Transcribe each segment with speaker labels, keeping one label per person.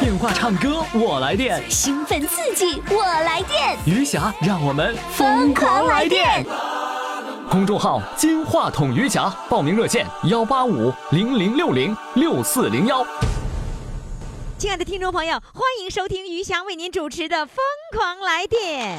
Speaker 1: 电话唱歌我来电，
Speaker 2: 兴奋刺激，我来电，
Speaker 1: 余霞让我们
Speaker 2: 疯狂来电！
Speaker 1: 公众号“金话筒余霞”，报名热线：幺八五零零六零六四零幺。
Speaker 3: 亲爱的听众朋友，欢迎收听余霞为您主持的《疯狂来电》。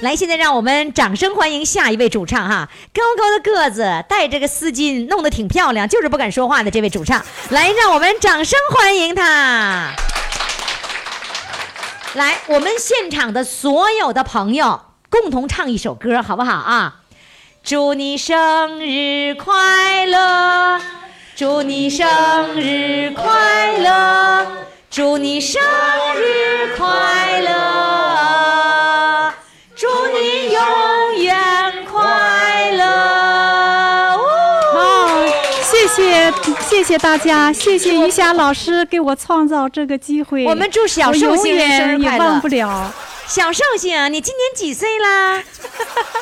Speaker 3: 来，现在让我们掌声欢迎下一位主唱哈，高高的个子，戴着个丝巾，弄得挺漂亮，就是不敢说话的这位主唱。来，让我们掌声欢迎他。来，我们现场的所有的朋友共同唱一首歌，好不好啊？祝你生日快乐，祝你生日快乐，祝你生日快乐，祝你永远快乐。
Speaker 4: 好，谢谢谢谢大家，谢谢余霞老师给我创造这个机会。
Speaker 3: 我们祝小寿
Speaker 4: 我
Speaker 3: 星
Speaker 4: 永
Speaker 3: 人生
Speaker 4: 远
Speaker 3: 日
Speaker 4: 也
Speaker 3: 快乐
Speaker 4: 忘不了。
Speaker 3: 小寿星，啊你今年几岁啦？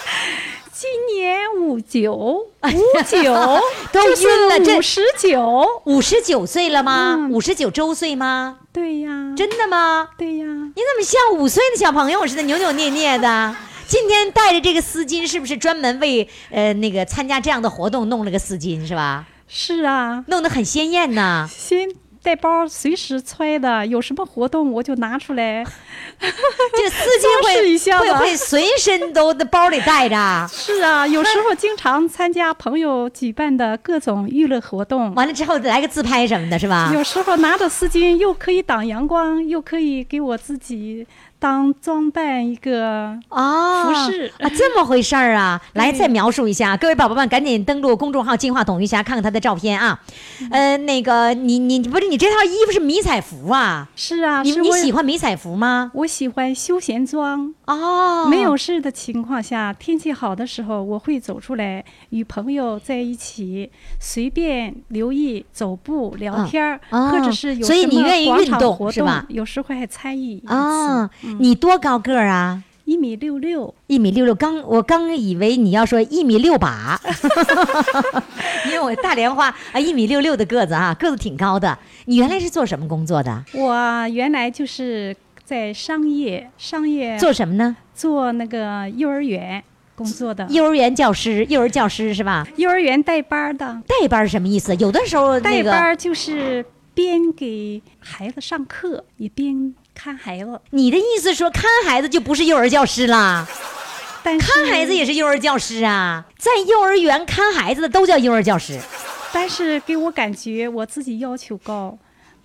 Speaker 4: 今年五九 五九
Speaker 3: 都晕了这
Speaker 4: 五十九。
Speaker 3: 五十九岁了吗？
Speaker 4: 嗯
Speaker 3: 五十九周岁吗？
Speaker 4: 对呀，
Speaker 3: 真的吗？
Speaker 4: 对
Speaker 3: 你
Speaker 4: 呀，
Speaker 3: 怎么像五岁的小朋友似的扭扭捏捏 的？今天带着这个丝巾，是不是专门为呃那个参加这样的活动弄了个丝巾是吧？
Speaker 4: 是啊，
Speaker 3: 弄得很鲜艳呐。
Speaker 4: 先带包随时揣的，有什么活动我就拿出来。
Speaker 3: 这个丝巾
Speaker 4: 装饰一
Speaker 3: 会
Speaker 4: 下吧
Speaker 3: 会会随身都在包里带着啊。
Speaker 4: 是啊，有时候经常参加朋友举办的各种娱乐活动。
Speaker 3: 完了之后来个自拍什么的，是吧？
Speaker 4: 有时候拿着丝巾又可以挡阳光，又可以给我自己当装扮一个。
Speaker 3: 哦，
Speaker 4: 服饰
Speaker 3: 啊，这么回事儿 啊！来，
Speaker 4: 对
Speaker 3: 再描述一下，各位宝宝们，赶紧登录公众号“金话筒一下”，看看他的照片啊。
Speaker 4: 嗯
Speaker 3: 呃，那个，你你不是你这套衣服是迷彩服啊？
Speaker 4: 是啊，
Speaker 3: 你
Speaker 4: 是
Speaker 3: 你
Speaker 4: 我
Speaker 3: 喜欢迷彩服吗？
Speaker 4: 我喜欢休闲装。
Speaker 3: 哦，
Speaker 4: 没有事的情况下，天气好的时候，我会走出来与朋友在一起，随便留意走步、聊天儿，
Speaker 3: 啊
Speaker 4: 或者是有
Speaker 3: 所以
Speaker 4: 什
Speaker 3: 你
Speaker 4: 么
Speaker 3: 愿意
Speaker 4: 广
Speaker 3: 运
Speaker 4: 场
Speaker 3: 动
Speaker 4: 活
Speaker 3: 是吧
Speaker 4: 动有时候还参与一
Speaker 3: 啊
Speaker 4: 次。，嗯
Speaker 3: 你多高个儿啊？
Speaker 4: 一米六六，
Speaker 3: 一米六六，刚我刚以为你要说一米六 把，因为我大连话啊，一米六六的个子啊，个子挺高的。你原来是做什么工作的？
Speaker 4: 我原来就是在商业商业
Speaker 3: 做什么呢？
Speaker 4: 做那个幼儿园工作的，
Speaker 3: 幼儿园教师，幼儿教师是吧？
Speaker 4: 幼儿园带班儿的，
Speaker 3: 带班儿是什么意思？有的时候那
Speaker 4: 带
Speaker 3: 个
Speaker 4: 班儿就是边给孩子上课，也边看孩子。
Speaker 3: 你的意思说看孩子就不是幼儿教师啦？
Speaker 4: 但是
Speaker 3: 看孩子也是幼儿教师啊，在幼儿园看孩子的都叫幼儿教师。
Speaker 4: 但是给我感觉我自己要求高，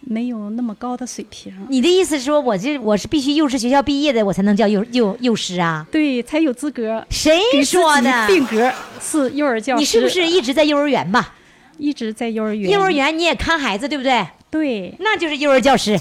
Speaker 4: 没有那么高的水平，
Speaker 3: 你的意思说我这我是必须幼师学校毕业的，我才能叫幼幼幼师啊？
Speaker 4: 对，才有资格
Speaker 3: 谁
Speaker 4: 给自
Speaker 3: 说的
Speaker 4: 己？定格是幼儿教师。
Speaker 3: 你是不是一直在幼儿园吧？
Speaker 4: 一直在幼儿园？
Speaker 3: 幼儿园你也看孩子对不对？
Speaker 4: 对，
Speaker 3: 那就是幼儿教师。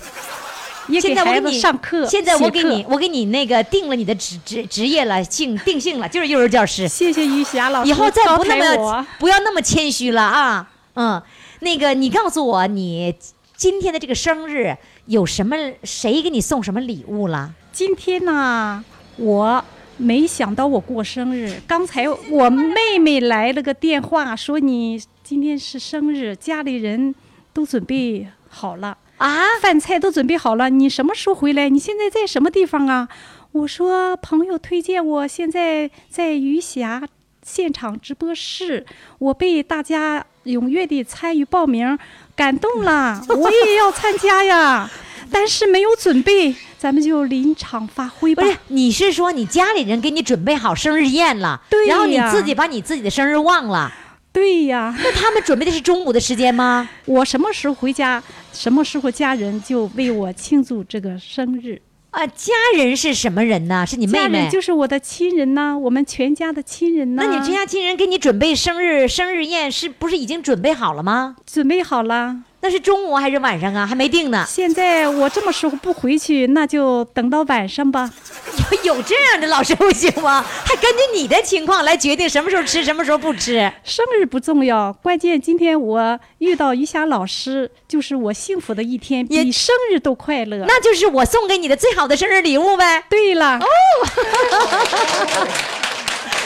Speaker 4: 也
Speaker 3: 现
Speaker 4: 给
Speaker 3: 在我
Speaker 4: 孩
Speaker 3: 给
Speaker 4: 子
Speaker 3: 你
Speaker 4: 上课。
Speaker 3: 现在我
Speaker 4: 写
Speaker 3: 给
Speaker 4: 课
Speaker 3: 你，我给你那个定了你的职职职业了，性定性了，就是幼儿教师。
Speaker 4: 谢谢于霞老师，
Speaker 3: 以后再不
Speaker 4: 招
Speaker 3: 那
Speaker 4: 待
Speaker 3: 么
Speaker 4: 我
Speaker 3: 不要那么谦虚了啊！嗯，那个你告诉我，你今天的这个生日有什么？谁给你送什么礼物了？
Speaker 4: 今天呢，我没想到我过生日。刚才我妹妹来了个电话，说你今天是生日，家里人都准备好了，
Speaker 3: 啊，
Speaker 4: 饭菜都准备好了，你什么时候回来？你现在在什么地方啊？我说朋友推荐我，现在在余霞现场直播室，我被大家踊跃地参与报名感动了，我也要参加呀，但是没有准备，咱们就临场发挥
Speaker 3: 不
Speaker 4: 吧。
Speaker 3: 是，你是说你家里人给你准备好生日宴了，
Speaker 4: 对
Speaker 3: 然后你
Speaker 4: 呀
Speaker 3: 自己把你自己的生日忘了？
Speaker 4: 对呀，
Speaker 3: 那他们准备的是中午的时间吗？
Speaker 4: 我什么时候回家，什么时候家人就为我庆祝这个生日。
Speaker 3: 啊，家人是什么人呢？是你妹
Speaker 4: 家
Speaker 3: 妹
Speaker 4: 人？就是我的亲人呐、我们全家的亲人呐、
Speaker 3: 那你全家亲人给你准备生日生日宴，是不是已经准备好了吗？
Speaker 4: 准备好了。
Speaker 3: 那是中午还是晚上啊？还没定呢。
Speaker 4: 现在我这么说不回去，那就等到晚上吧。
Speaker 3: 有这样的老寿星吗？还根据你的情况来决定什么时候吃，什么时候不吃。
Speaker 5: 生日不重要，关键今天我遇到于霞老师，就是我幸福的一天，
Speaker 3: 也
Speaker 5: 比生日都快乐。
Speaker 3: 那就是我送给你的最好的生日礼物呗。哦
Speaker 5: 对了，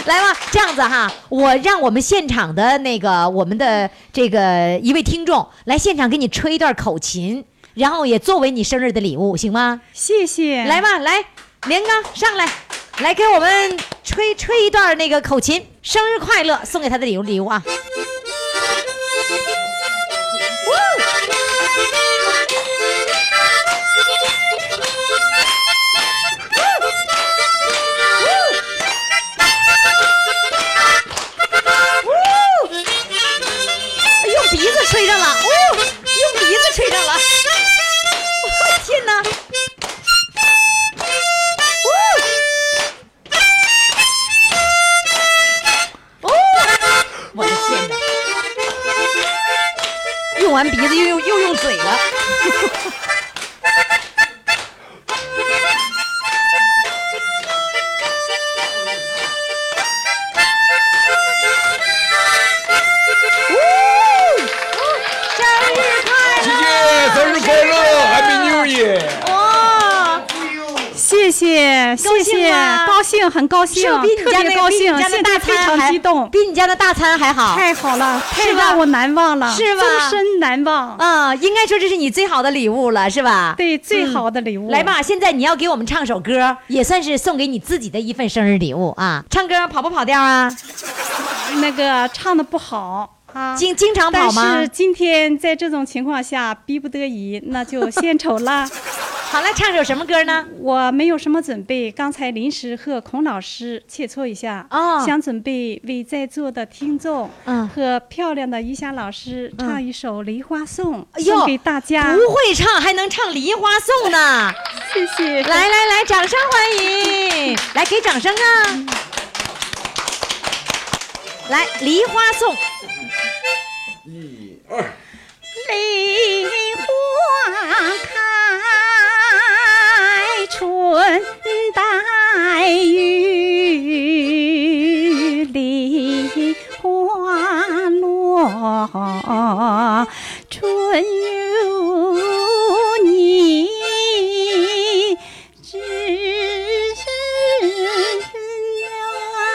Speaker 3: 来吧，这样子哈，我让我们现场的那个我们的这个一位听众来现场给你吹一段口琴，然后也作为你生日的礼物，行吗？
Speaker 5: 谢谢。
Speaker 3: 来，吧，来，连刚上来，来给我们吹吹一段那个口琴，生日快乐，送给他的礼物礼物啊！用哎鼻子吹上了，哦，用鼻子吹上了，我天哪！哦，我的天哪！用完鼻子又用又用嘴了。生日快
Speaker 6: 琪琪，生日快乐，Happy New Year！
Speaker 3: 乐！哇，
Speaker 5: 谢谢，
Speaker 3: 高
Speaker 5: 谢
Speaker 3: 兴
Speaker 5: 谢
Speaker 3: 吗，
Speaker 5: 高兴，很高兴，
Speaker 3: 是不是比你
Speaker 5: 特
Speaker 3: 家
Speaker 5: 别
Speaker 3: 那
Speaker 5: 高
Speaker 3: 个比你
Speaker 5: 兴，
Speaker 3: 家那
Speaker 5: 现
Speaker 3: 大
Speaker 5: 在非
Speaker 3: 餐
Speaker 5: 常
Speaker 3: 还
Speaker 5: 激动，
Speaker 3: 比你家的大餐还好。
Speaker 5: 太好了，太
Speaker 3: 吧
Speaker 5: 让我难忘了，
Speaker 3: 是吧
Speaker 5: 终身难忘。
Speaker 3: 啊，应该说这是你最好的礼物了，是吧？嗯
Speaker 5: 对，最好的礼物。
Speaker 3: 来，吧，现在你要给我们唱首歌，也算是送给你自己的一份生日礼物啊！唱歌跑不跑调啊？
Speaker 5: 那个唱的不好啊。
Speaker 3: 经经常跑
Speaker 5: 但
Speaker 3: 吗
Speaker 5: 是？今天在这种情况下，逼不得已，那就献丑了。
Speaker 3: 好了，唱首什么歌呢？
Speaker 5: 我没有什么准备，刚才临时和孔老师切磋一下，
Speaker 3: 哦
Speaker 5: 想准备为在座的听众，
Speaker 3: 嗯
Speaker 5: 和漂亮的于霞老师唱一首《梨花颂》，
Speaker 3: 哎呦
Speaker 5: 送给大家。
Speaker 3: 不会唱还能唱《梨花颂》呢！
Speaker 5: 谢谢。
Speaker 3: 来来来，掌声欢迎！来，给掌声啊！来，《梨花颂》。
Speaker 5: 梨花开，春带雨；梨花落，春有你。只愿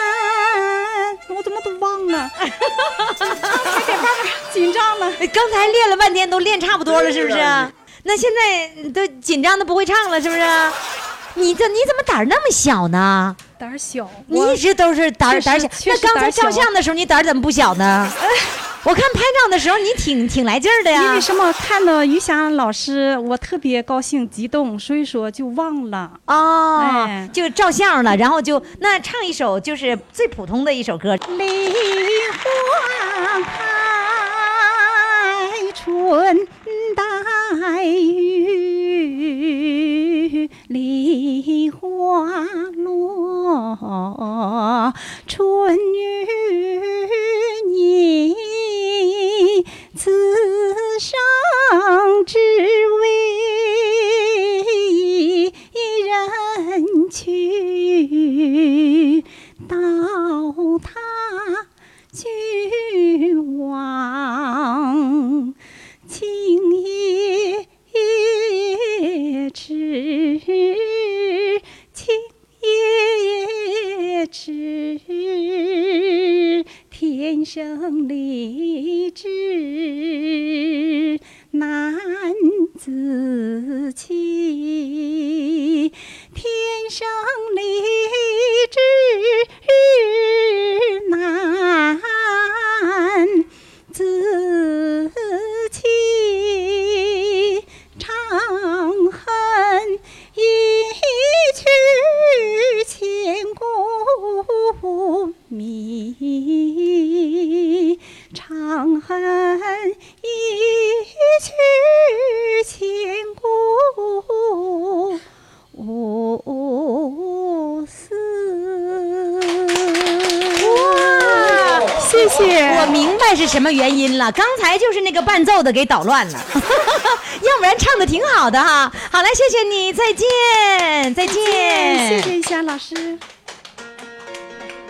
Speaker 5: 我怎么都忘了，紧张了。
Speaker 3: 哎刚才练了半天，都练差不多了，是不是？那现在呃都紧张的不会唱了，是不是？你这你怎么胆儿那么小呢？
Speaker 5: 胆儿小，
Speaker 3: 你
Speaker 5: 我
Speaker 3: 一直都是胆儿
Speaker 5: 确实
Speaker 3: 胆儿小。
Speaker 5: 确
Speaker 3: 那
Speaker 5: 实
Speaker 3: 刚
Speaker 5: 胆
Speaker 3: 才照
Speaker 5: 儿小哎
Speaker 3: 相的时候，你胆儿怎么不小呢？我看拍照的时候，你挺挺来劲儿的
Speaker 5: 因
Speaker 3: 呀
Speaker 5: 为。什么看到于霞老师，我特别高兴激动，所以说就忘了。
Speaker 3: 哦
Speaker 5: 哎，
Speaker 3: 就照相了，然后就那唱一首就是最普通的一首歌，
Speaker 5: 梨花开，春带雨；梨花落，春与你。此生只为一人去。到他俱往，今夜迟，今夜迟，天生丽质难自弃。天生丽质难自弃，长恨一曲千古迷，长恨。
Speaker 4: 谢。
Speaker 3: 我明白是什么原因了，刚才就是那个伴奏的给捣乱了， 要不然唱的挺好的哈。好了，谢谢你，再见，再见，
Speaker 4: 谢谢一霞老师。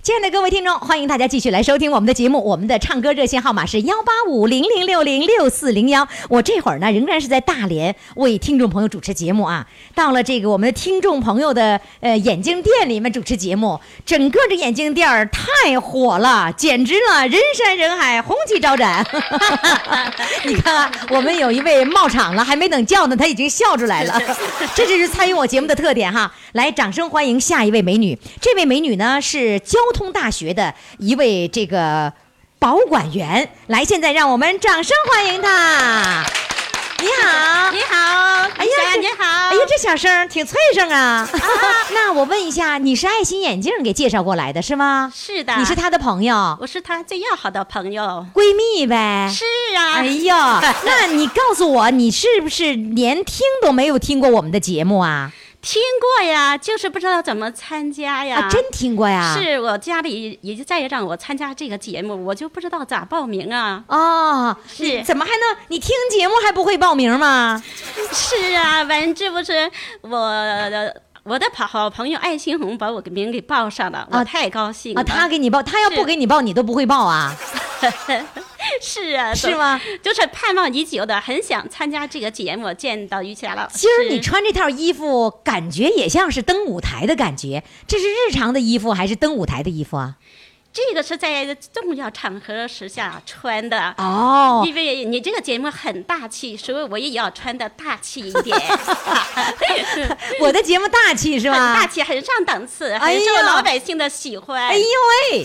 Speaker 3: 亲爱的各位听众，欢迎大家继续来收听我们的节目。我们的唱歌热线号码是幺八五零零六零六四零幺。我这会儿呢，仍然是在大连为听众朋友主持节目啊。到了这个我们的听众朋友的呃眼镜店里面主持节目，整个这眼镜店儿太火了，简直了，人山人海，红旗招展。 你看看，我们有一位冒场了，还没等叫呢，他已经笑出来了。 这就是参与我节目的特点哈。来，掌声欢迎下一位美女。这位美女呢是交通大学的一位这个保管员。来，现在让我们掌声欢迎她。你好，
Speaker 7: 你好，哎呀，
Speaker 3: 这
Speaker 7: 你好，
Speaker 3: 哎呀，这小声儿挺脆声啊。 那我问一下，你是爱心眼镜给介绍过来的是吗？
Speaker 7: 是的，
Speaker 3: 你是她的朋友、
Speaker 7: 我是他最要好的朋友，
Speaker 3: 闺蜜呗？
Speaker 7: 是啊，
Speaker 3: 哎 呀，那你告诉我，你是不是连听都没有听过我们的节目啊？
Speaker 7: 听过呀，就是不知道怎么参加呀，
Speaker 3: 啊，真听过呀？
Speaker 7: 是我家里也就再让我参加这个节目，我就不知道咋报名啊，
Speaker 3: 哦，
Speaker 7: 是
Speaker 3: 你怎么还能？你听节目还不会报名吗？
Speaker 7: 是啊，完这不是我的。我的好朋友艾新红把我给名给报上了，
Speaker 3: 啊
Speaker 7: 我太高兴了。
Speaker 3: 啊，他给你报，他要不
Speaker 7: 是
Speaker 3: 给你报，你都不会报啊，
Speaker 7: 是啊，
Speaker 3: 是？吗？
Speaker 7: 就是盼望已久的，很想参加这个节目，见到于霞老师。
Speaker 3: 今儿你穿这套衣服，感觉也像是登舞台的感觉。这是日常的衣服还是登舞台的衣服 啊？
Speaker 7: 这个是在重要场合时下穿的。
Speaker 3: 哦，
Speaker 7: 因为你这个节目很大气，所以我也要穿的大气一 点，
Speaker 3: 我的节目大气是
Speaker 7: 很
Speaker 3: 吧？
Speaker 7: 大气，很上档次，
Speaker 3: 哎
Speaker 7: 很受
Speaker 3: 呀
Speaker 7: 老百姓的喜欢。
Speaker 3: 哎呦喂，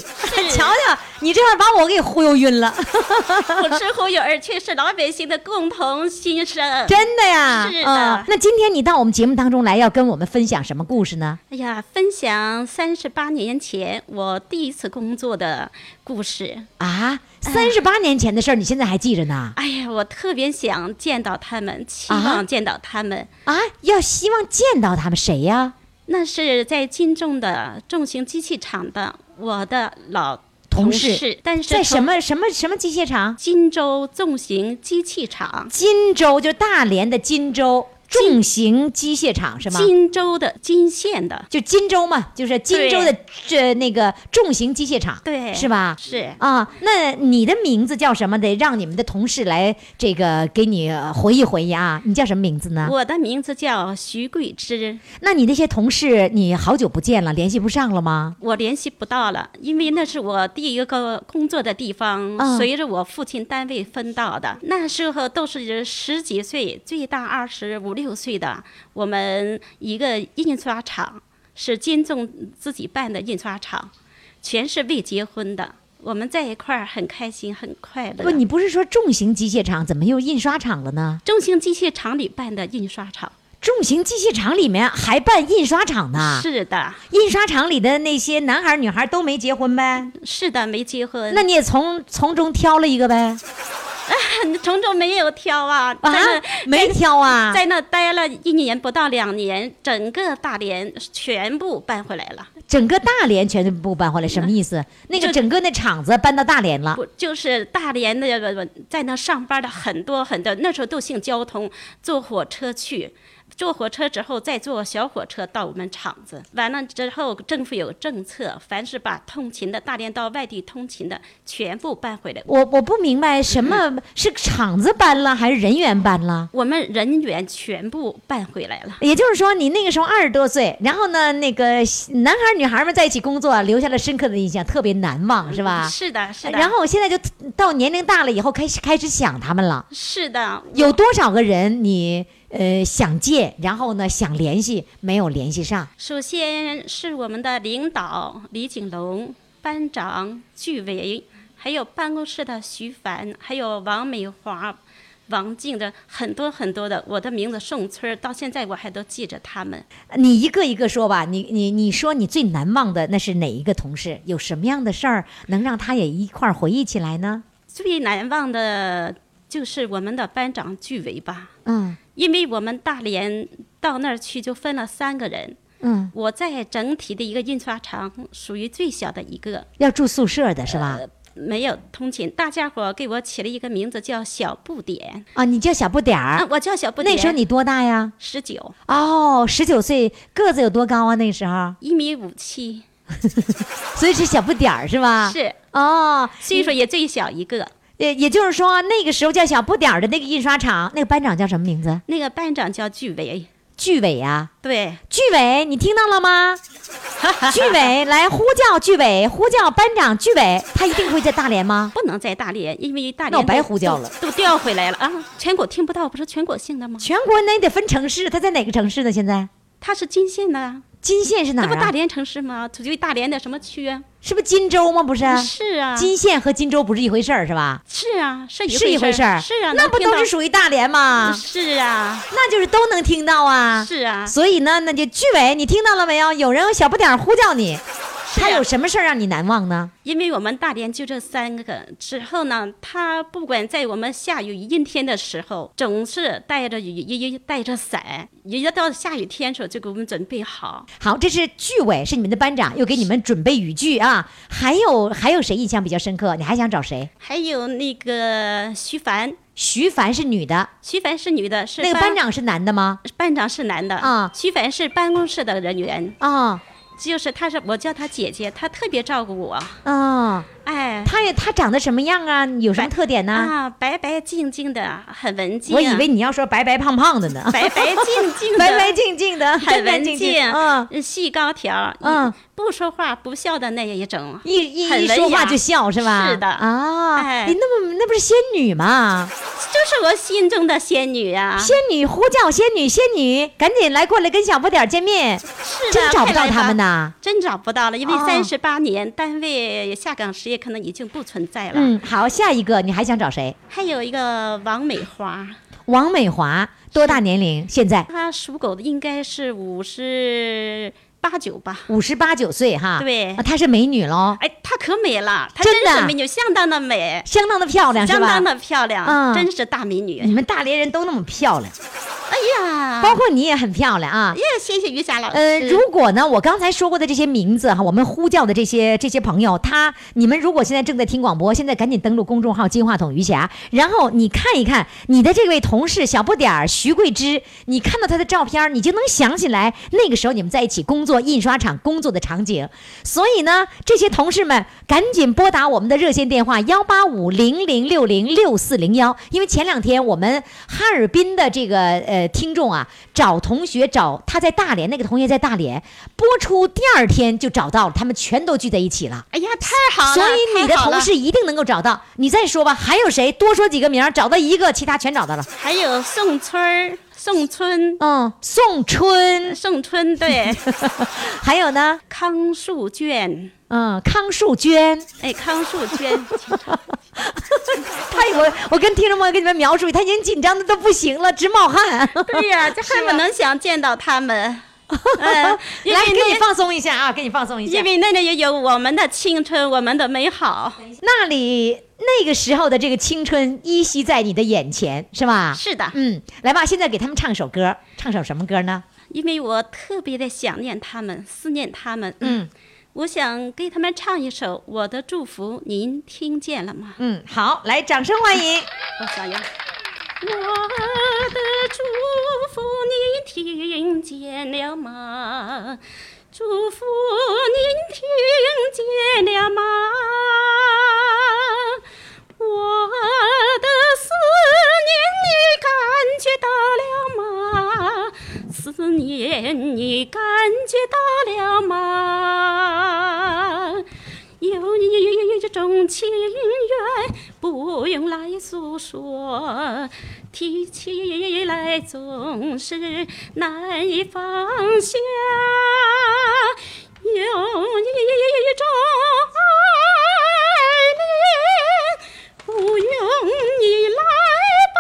Speaker 3: 瞧瞧，你这样把我给忽悠晕 了，
Speaker 7: 不是忽悠，而却是老百姓的共同心声。
Speaker 3: 真的呀。
Speaker 7: 是的
Speaker 3: 嗯那今天你到我们节目当中来，要跟我们分享什么故事呢？
Speaker 7: 哎呀，分享三十八年前我第一次工作的故事。
Speaker 3: 啊，三十八年前的事儿，你现在还记着呢？
Speaker 7: 哎呀，我特别想见到他们，期
Speaker 3: 啊
Speaker 7: 望见到他们。
Speaker 3: 啊，要希望见到他们谁呀？
Speaker 7: 那是在金重的重型机器厂的我的老
Speaker 3: 同事
Speaker 7: 事，但是
Speaker 3: 在
Speaker 7: 从
Speaker 3: 什么什么什么机械厂？
Speaker 7: 荆州重型机器厂，
Speaker 3: 金州，就是大连的金州重型机械厂是吗？
Speaker 7: 荆州的金县的，
Speaker 3: 就金州嘛，就是金州的这那个重型机械厂，
Speaker 7: 对
Speaker 3: 是吧？
Speaker 7: 是
Speaker 3: 啊，那你的名字叫什么？得让你们的同事来这个给你呃回忆回忆啊！你叫什么名字呢？
Speaker 7: 我的名字叫徐桂芝，
Speaker 3: 那你那些同事，你好久不见了，联系不上了吗？
Speaker 7: 我联系不到了，因为那是我第一个工作的地方，
Speaker 3: 嗯
Speaker 7: 随着我父亲单位分到的。那时候都是十几岁，最大二十五六岁的。我们一个印刷厂是金仲自己办的印刷厂，全是未结婚的。我们在一块儿很开心，很快乐。
Speaker 3: 不，你不是说重型机械厂，怎么又印刷厂了呢？
Speaker 7: 中兴机械厂里办的印刷厂，
Speaker 3: 重型机械厂里面还办印刷厂呢？
Speaker 7: 是的，
Speaker 3: 印刷厂里的那些男孩儿女孩儿都没结婚呗？
Speaker 7: 是的，没结婚。
Speaker 3: 那你也从从中挑了一 个呗？
Speaker 7: 虫虫啊没有挑啊，
Speaker 3: 啊
Speaker 7: 但是，
Speaker 3: 没挑啊？
Speaker 7: 在那待了一年不到两年，整个大连全部搬回来了，
Speaker 3: 整个大连全部搬回来，什么意思？那个
Speaker 7: 就
Speaker 3: 整个那厂子搬到大连了
Speaker 7: 不就是大连的呃在那上班的很多很多，那时候都姓交通，坐火车去。坐火车之后，再坐小火车到我们厂子。完了之后，政府有政策，凡是把通勤的大连到外地通勤的，全部搬回来。
Speaker 3: 我我不明白什么是厂子搬了还是人员搬了？
Speaker 7: 我们人员全部搬回来了。
Speaker 3: 也就是说，你那个时候二十多岁，然后呢，那个男孩儿女孩儿们在一起工作，留下了深刻的印象，特别难忘，是吧？
Speaker 7: 是的，是的。
Speaker 3: 然后我现在就到年龄大了以后，开始开始想他们了。
Speaker 7: 是的，
Speaker 3: 有多少个人你呃想见，然后呢想联系，没有联系上？
Speaker 7: 首先是我们的领导李景龙、班长具维，还有办公室的徐凡，还有王美华，王静的很多很多的，我的名字宋春儿，到现在我还都记着他们。
Speaker 3: 你一个一个说吧，你你你说你最难忘的那是哪一个同事？有什么样的事儿能让他也一块儿回忆起来呢？
Speaker 7: 最难忘的就是我们的班长巨伟吧，
Speaker 3: 嗯
Speaker 7: 因为我们大连到那儿去就分了三个人，
Speaker 3: 嗯，
Speaker 7: 我在整体的一个印刷厂属于最小的一个，
Speaker 3: 要住宿舍的是吧？
Speaker 7: 呃没有通勤。大家伙儿给我起了一个名字叫小不点，
Speaker 3: 啊，你叫小不点儿、
Speaker 7: 啊，我叫小不点。
Speaker 3: 那时候你多大呀？
Speaker 7: 十九，
Speaker 3: 哦，十九岁，个子有多高啊？那时候，
Speaker 7: 一米五七，
Speaker 3: 所以是小不点儿是吧？
Speaker 7: 是
Speaker 3: 啊哦，
Speaker 7: 岁数也最小一个。
Speaker 3: 也也就是说，那个时候叫小不点儿的那个印刷厂，那个班长叫什么名字？
Speaker 7: 那个班长叫巨伟，
Speaker 3: 巨伟啊，
Speaker 7: 对，
Speaker 3: 巨伟，你听到了吗？ 巨伟，来呼叫巨伟，呼叫班长巨伟，他一定会在大连吗？
Speaker 7: 不能在大连，因为大连
Speaker 3: 那我白
Speaker 7: 都
Speaker 3: 胡叫了，
Speaker 7: 都调回来了啊！全国听不到，不是全国性的吗？
Speaker 3: 全国那也得分城市，他在哪个城市呢？现在
Speaker 7: 他是金县的啊，
Speaker 3: 金县是哪
Speaker 7: 那
Speaker 3: 儿、啊？
Speaker 7: 不大连城市吗？属于大连的什么区啊？
Speaker 3: 是不是金州吗？不是，
Speaker 7: 是啊，
Speaker 3: 金县和金州不是一回事儿是吧？
Speaker 7: 是啊，是
Speaker 3: 是一
Speaker 7: 回
Speaker 3: 回事儿，
Speaker 7: 是啊，
Speaker 3: 那
Speaker 7: 能
Speaker 3: 不
Speaker 7: 听
Speaker 3: 都
Speaker 7: 到
Speaker 3: 是属于大连吗？
Speaker 7: 是啊，
Speaker 3: 那就是都能听到啊。
Speaker 7: 是啊，
Speaker 3: 所以呢，那就巨伟，你听到了没有？有人用小不点儿呼叫你，
Speaker 7: 啊
Speaker 3: 他有什么事儿让你难忘呢？
Speaker 7: 因为我们大连就这三个，之后呢，他不管在我们下雨阴天的时候，总是带着雨衣，带着伞，一到下雨天的时候就给我们准备好。
Speaker 3: 好，这是剧委，是你们的班长，又给你们准备语句啊。还有还有谁印象比较深刻？你还想找谁？
Speaker 7: 还有那个徐凡，
Speaker 3: 徐凡是女的，
Speaker 7: 徐凡是女的，是
Speaker 3: 那个班长是男的吗？
Speaker 7: 班长是男的
Speaker 3: 啊
Speaker 7: 徐凡是办公室的人员，
Speaker 3: 啊、
Speaker 7: 就是他是我叫他姐姐，他特别照顾我，
Speaker 3: 啊、
Speaker 7: 哎。
Speaker 3: 他也他长得什么样啊？有什么特点呢、
Speaker 7: 啊，白白净净的，很文静。
Speaker 3: 我以为你要说白白胖胖的呢，
Speaker 7: 白白净净 的，
Speaker 3: 白白净净的，
Speaker 7: 很
Speaker 3: 干干
Speaker 7: 文
Speaker 3: 净
Speaker 7: 静，
Speaker 3: 嗯，
Speaker 7: 细高条，
Speaker 3: 嗯，
Speaker 7: 不说话不笑的那一种，
Speaker 3: 一一
Speaker 7: 很
Speaker 3: 一
Speaker 7: 文
Speaker 3: 说话
Speaker 7: 雅
Speaker 3: 就笑是吧？
Speaker 7: 是的
Speaker 3: 啊，
Speaker 7: 哎
Speaker 3: 诶那么那不是仙女吗？
Speaker 7: 就是我心中的仙女啊呀、
Speaker 3: 仙女呼叫仙女，仙女赶紧来过来跟小不点儿见面，
Speaker 7: 是的，
Speaker 3: 真找不
Speaker 7: 快
Speaker 3: 到
Speaker 7: 来
Speaker 3: 他
Speaker 7: 吧
Speaker 3: 们。呐。
Speaker 7: 真找不到了，因为
Speaker 3: 哦
Speaker 7: 三十八年、单位下岗实业可能已经不存在了。
Speaker 3: 嗯，好，下一个你还想找谁？
Speaker 7: 还有一个王美花，
Speaker 3: 王美华多大年龄？现在
Speaker 7: 她属狗的，应该是五十八九吧。
Speaker 3: 五十八九岁哈。
Speaker 7: 对
Speaker 3: 啊她是美女喽，
Speaker 7: 哎，她可美了，她
Speaker 3: 真
Speaker 7: 真
Speaker 3: 的啊
Speaker 7: 是美女，相当的美，
Speaker 3: 相当的漂亮是
Speaker 7: 相
Speaker 3: 吧
Speaker 7: 当？的漂亮，
Speaker 3: 嗯
Speaker 7: 真是大美女。
Speaker 3: 你们大连人都那么漂亮，
Speaker 7: 哎呀，
Speaker 3: 包括你也很漂亮啊。
Speaker 7: 耶，哎谢谢于霞老师。
Speaker 3: 呃，如果呢，我刚才说过的这些名字哈，我们呼叫的这些这些朋友，他你们如果现在正在听广播，现在赶紧登录公众号“金话筒余霞”，然后你看一看你的这位同事小不点儿徐桂芝，你看到她的照片儿，你就能想起来那个时候你们在一起工作印刷厂工作的场景。所以呢，这些同事们赶紧拨打我们的热线电话幺八五零零六零六四零幺，因为前两天我们哈尔滨的这个呃听众啊，找同学找他在大连，那个同学在大连，播出第二天就找到了，他们全都聚在一起了。
Speaker 7: 哎呀，太好了！
Speaker 3: 所以你的
Speaker 7: 太好了
Speaker 3: 同事一定能够找到，你再说吧，还有谁？多说几个名儿，找到一个，其他全找到了。
Speaker 7: 还有宋春儿、宋春、
Speaker 3: 嗯，宋春，
Speaker 7: 宋春，对，
Speaker 3: 还有呢，
Speaker 7: 康树娟，
Speaker 3: 嗯，康树娟，
Speaker 7: 哎，康树娟，
Speaker 3: 他我我跟听众朋友给你们描述，他已经紧张的都不行了，直冒汗。啊
Speaker 7: 对 呀、这恨不能想见到他们。嗯，因为
Speaker 3: 来，给你
Speaker 7: 那
Speaker 3: 放松一下啊，给你放松一下
Speaker 7: 因。为那里也有我们的青春，我们的美好。
Speaker 3: 那里那个时候的这个青春依稀在你的眼前，是吧？
Speaker 7: 是的，
Speaker 3: 嗯，来吧，现在给他们唱首歌，唱首什么歌呢？
Speaker 7: 因为我特别的想念他们，思念他们。
Speaker 3: 嗯，
Speaker 7: 我想给他们唱一首《我的祝福》，您听见了吗？
Speaker 3: 嗯，好，来，掌声欢迎。
Speaker 7: 我想要。我的祝福您听见了吗？祝福您听见了吗？我的思念你感觉到了吗？思念你感觉到了吗？有一种情缘，不用来诉说，提起来总是难以放下。有一种爱恋，不用你来把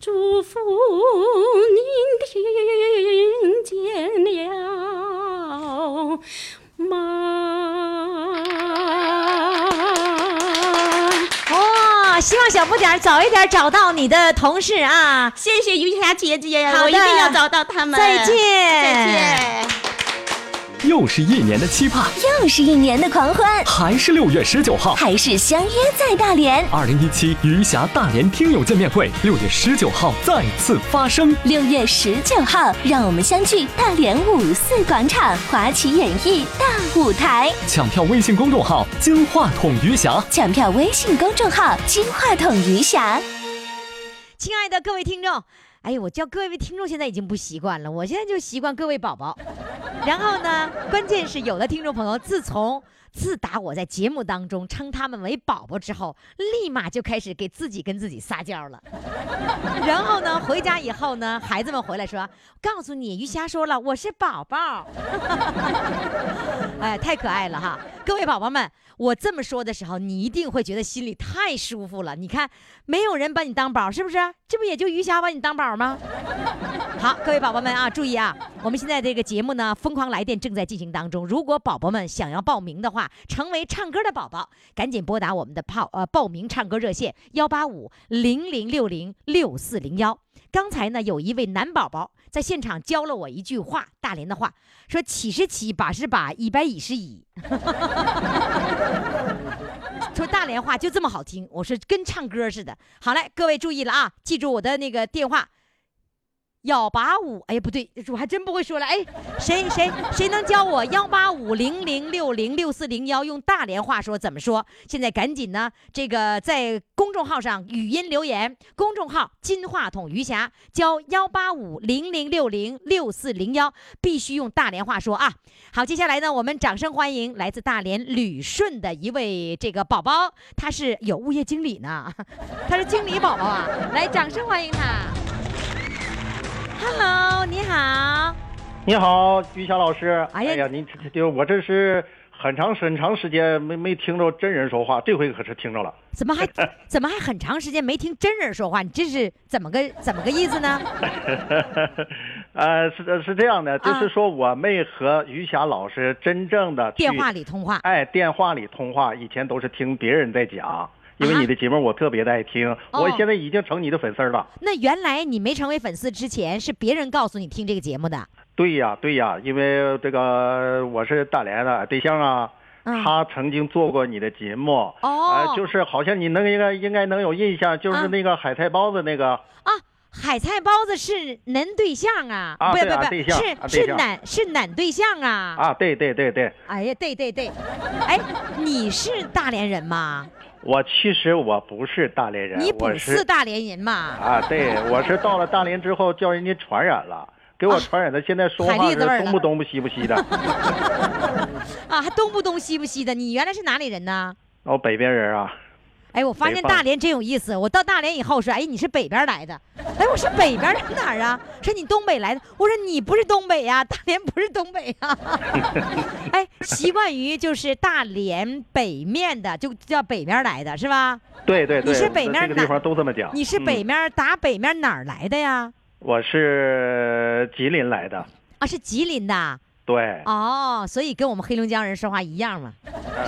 Speaker 7: 祝福您听见了吗？哦
Speaker 3: 哇、哦希望小不点儿早一点找到你的同事啊！
Speaker 7: 谢谢于霞姐姐，
Speaker 3: 好的
Speaker 7: 我一定要找到他们。
Speaker 3: 再见，
Speaker 7: 再。见。
Speaker 1: 又是一年的期盼，
Speaker 2: 又是一年的狂欢，
Speaker 1: 还是六月十九号。
Speaker 2: 还是相约在大连。
Speaker 1: 二零一七余霞大连听友见面会，六月十九号再次发生。
Speaker 2: 六月十九号，让我们相聚大连五四广场华旗演艺大舞台。
Speaker 1: 抢票微信公众号“金话筒余霞”。
Speaker 2: 抢票微信公众号“金话筒余霞
Speaker 3: 亲爱的各位听众，哎呦，我叫各位听众现在已经不习惯了，我现在就习惯各位宝宝。然后呢， 关键是有的听众朋友自从。自打我在节目当中称他们为宝宝之后，立马就开始给自己跟自己撒娇了。然后呢，回家以后呢，孩子们回来说：“告诉你，于霞说了，我是宝宝。”哎，太可爱了哈！各位宝宝们，我这么说的时候，你一定会觉得心里太舒服了。你看，没有人把你当宝，是不是？这不也就余霞把你当宝吗？好，各位宝宝们啊，注意啊，我们现在这个节目呢，《疯狂来电》正在进行当中。如果宝宝们想要报名的话，成为唱歌的宝宝，赶紧拨打我们的报呃报名唱歌热线幺八五零零六零六四零幺。刚才呢，有一位男宝宝在现场教了我一句话，大连的话，说七是七，八是八，一百一十一。说大连话就这么好听，我说跟唱歌似的。好嘞，各位注意了啊，记住我的那个电话，幺八五，哎呀不对，我还真不会说了，哎，谁谁谁能教我幺八五零零六零六四零幺用大连话说怎么说？现在赶紧呢，这个在公众号上语音留言，公众号金话筒余霞教幺八五零零六零六四零幺，必须用大连话说啊。好，接下来呢，我们掌声欢迎来自大连旅顺的一位这个宝宝，他是有物业经理呢， 他是经理宝宝啊，来，掌声欢迎他。Hello，你好。
Speaker 8: 你好，于霞老师。
Speaker 3: 哎
Speaker 8: 哎
Speaker 3: 呀
Speaker 8: 呀，您这这这我这是很长很长时间没没听着真人说话，这回可是听着了。
Speaker 3: 怎么还怎么还很长时间没听真人说话？你这是怎么个怎么个意思 呢？
Speaker 8: 呃，是是这样的，就是说我没和于霞老师真正的
Speaker 3: 电话里通话。
Speaker 8: 哎，电话里通话，以前都是听别人在讲，因为
Speaker 3: 啊哦
Speaker 8: 你的节目我特别的爱听，我现在已经成你的粉丝了。
Speaker 3: 那原来你没成为粉丝之前，是别人告诉你听这个节目的。
Speaker 8: 对呀，对呀，因为这个我是大连的对象啊，
Speaker 3: 嗯
Speaker 8: 他曾经做过你的节目，
Speaker 3: 哦
Speaker 8: 呃，就是好像你能应该应该能有印象，就
Speaker 3: 啊
Speaker 8: 是那个海菜包子那个，
Speaker 3: 啊，海菜包子是男对象啊？
Speaker 8: 啊
Speaker 3: 不
Speaker 8: 对啊
Speaker 3: 不
Speaker 8: 对
Speaker 3: 不，
Speaker 8: 象
Speaker 3: 是、
Speaker 8: 啊对
Speaker 3: 是
Speaker 8: 象
Speaker 3: 男是男对象啊？
Speaker 8: 啊，对对对对，
Speaker 3: 哎呀，对对对，哎，你是大连人吗？
Speaker 8: 我其实我不是大连人，
Speaker 3: 你
Speaker 8: 哎我
Speaker 3: 不是大连人吗？
Speaker 8: 啊，对，我是到了大连之后叫人家传染了，给
Speaker 3: 啊
Speaker 8: 我传染的，现在说
Speaker 3: 海
Speaker 8: 话
Speaker 3: 蛎
Speaker 8: 是
Speaker 3: 子味儿了
Speaker 8: 东不东不西不西 的，
Speaker 3: 啊，还东不东西不西的，你原来是哪里人呢？
Speaker 8: 哦，北边人啊，
Speaker 3: 哎，我发
Speaker 8: 北
Speaker 3: 现
Speaker 8: 方
Speaker 3: 大连真有意思。我到大连以后说，哎，你是北边来的。哎，我是北边人哪儿啊？说你东北来的。我说你不是东北呀、大连不是东北呀、 哎，习惯于就是大连北面的，就叫北面来的是吧？
Speaker 8: 对对对，
Speaker 3: 你是北面
Speaker 8: 这个地
Speaker 3: 哪
Speaker 8: 方都这么讲，
Speaker 3: 你是
Speaker 8: 嗯
Speaker 3: 北面、打北面哪儿来的呀？
Speaker 8: 我是吉林来的，
Speaker 3: 啊，是吉林的。
Speaker 8: 对，
Speaker 3: 哦，所以跟我们黑龙江人说话一样嘛，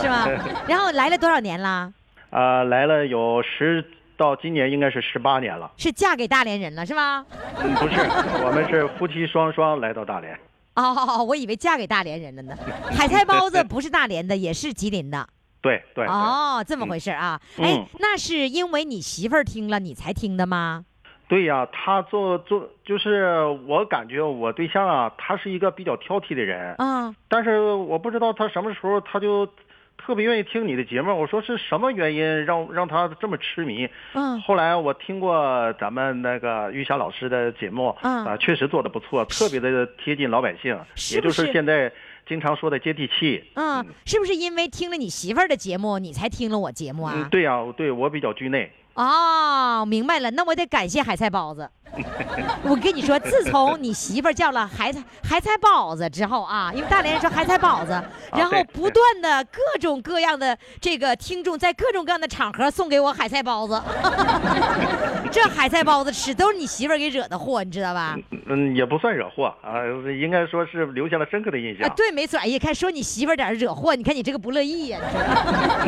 Speaker 3: 是吧？ 然后来了多少年了？
Speaker 8: 呃，来了有十到今年应该是十八年了。
Speaker 3: 是嫁给大连人了是吧？
Speaker 8: 嗯，不是， 我们是夫妻双双来到大连。
Speaker 3: 哦，我以为嫁给大连人了呢。海菜包 子不是大连的，也是吉林的。
Speaker 8: 对对对，
Speaker 3: 哦，这么回事啊？
Speaker 8: 嗯
Speaker 3: 哎
Speaker 8: 嗯，
Speaker 3: 那是因为你媳妇儿听了你才听的吗？嗯
Speaker 8: 对呀、他做做就是我感觉我对象啊，他是一个比较挑剔的人，
Speaker 3: 啊，
Speaker 8: 但是我不知道他什么时候他就特别愿意听你的节目。我说是什么原因让让他这么痴迷？
Speaker 3: 嗯
Speaker 8: 后来我听过咱们那个于霞老师的节目，
Speaker 3: 嗯
Speaker 8: 啊，确实做的不错，特别的贴近老百姓，
Speaker 3: 是
Speaker 8: 也
Speaker 3: 不
Speaker 8: 就是是现在经常说的接地气。
Speaker 3: 嗯，
Speaker 8: 嗯
Speaker 3: 是不是因为听了你媳妇儿的节目，你才听了我节目啊？
Speaker 8: 嗯，对呀、对我比较拘内。
Speaker 3: 哦，明白了，那我得感谢海菜包子。 我跟你说，自从你媳妇儿叫了海菜海菜包子之后啊，因为大连人说海菜包子，然后
Speaker 9: 对
Speaker 3: 不断的各种各样的这个听众在各种各样的场合送给我海菜包子， 这海菜包子吃都是你媳妇儿给惹的祸，你知道吧？
Speaker 8: 嗯，也不算惹祸啊，应该说是留下了深刻的印象。
Speaker 3: 啊，对，没错。哎呀，看说你媳妇儿在这惹祸，你看你这个不乐意呀、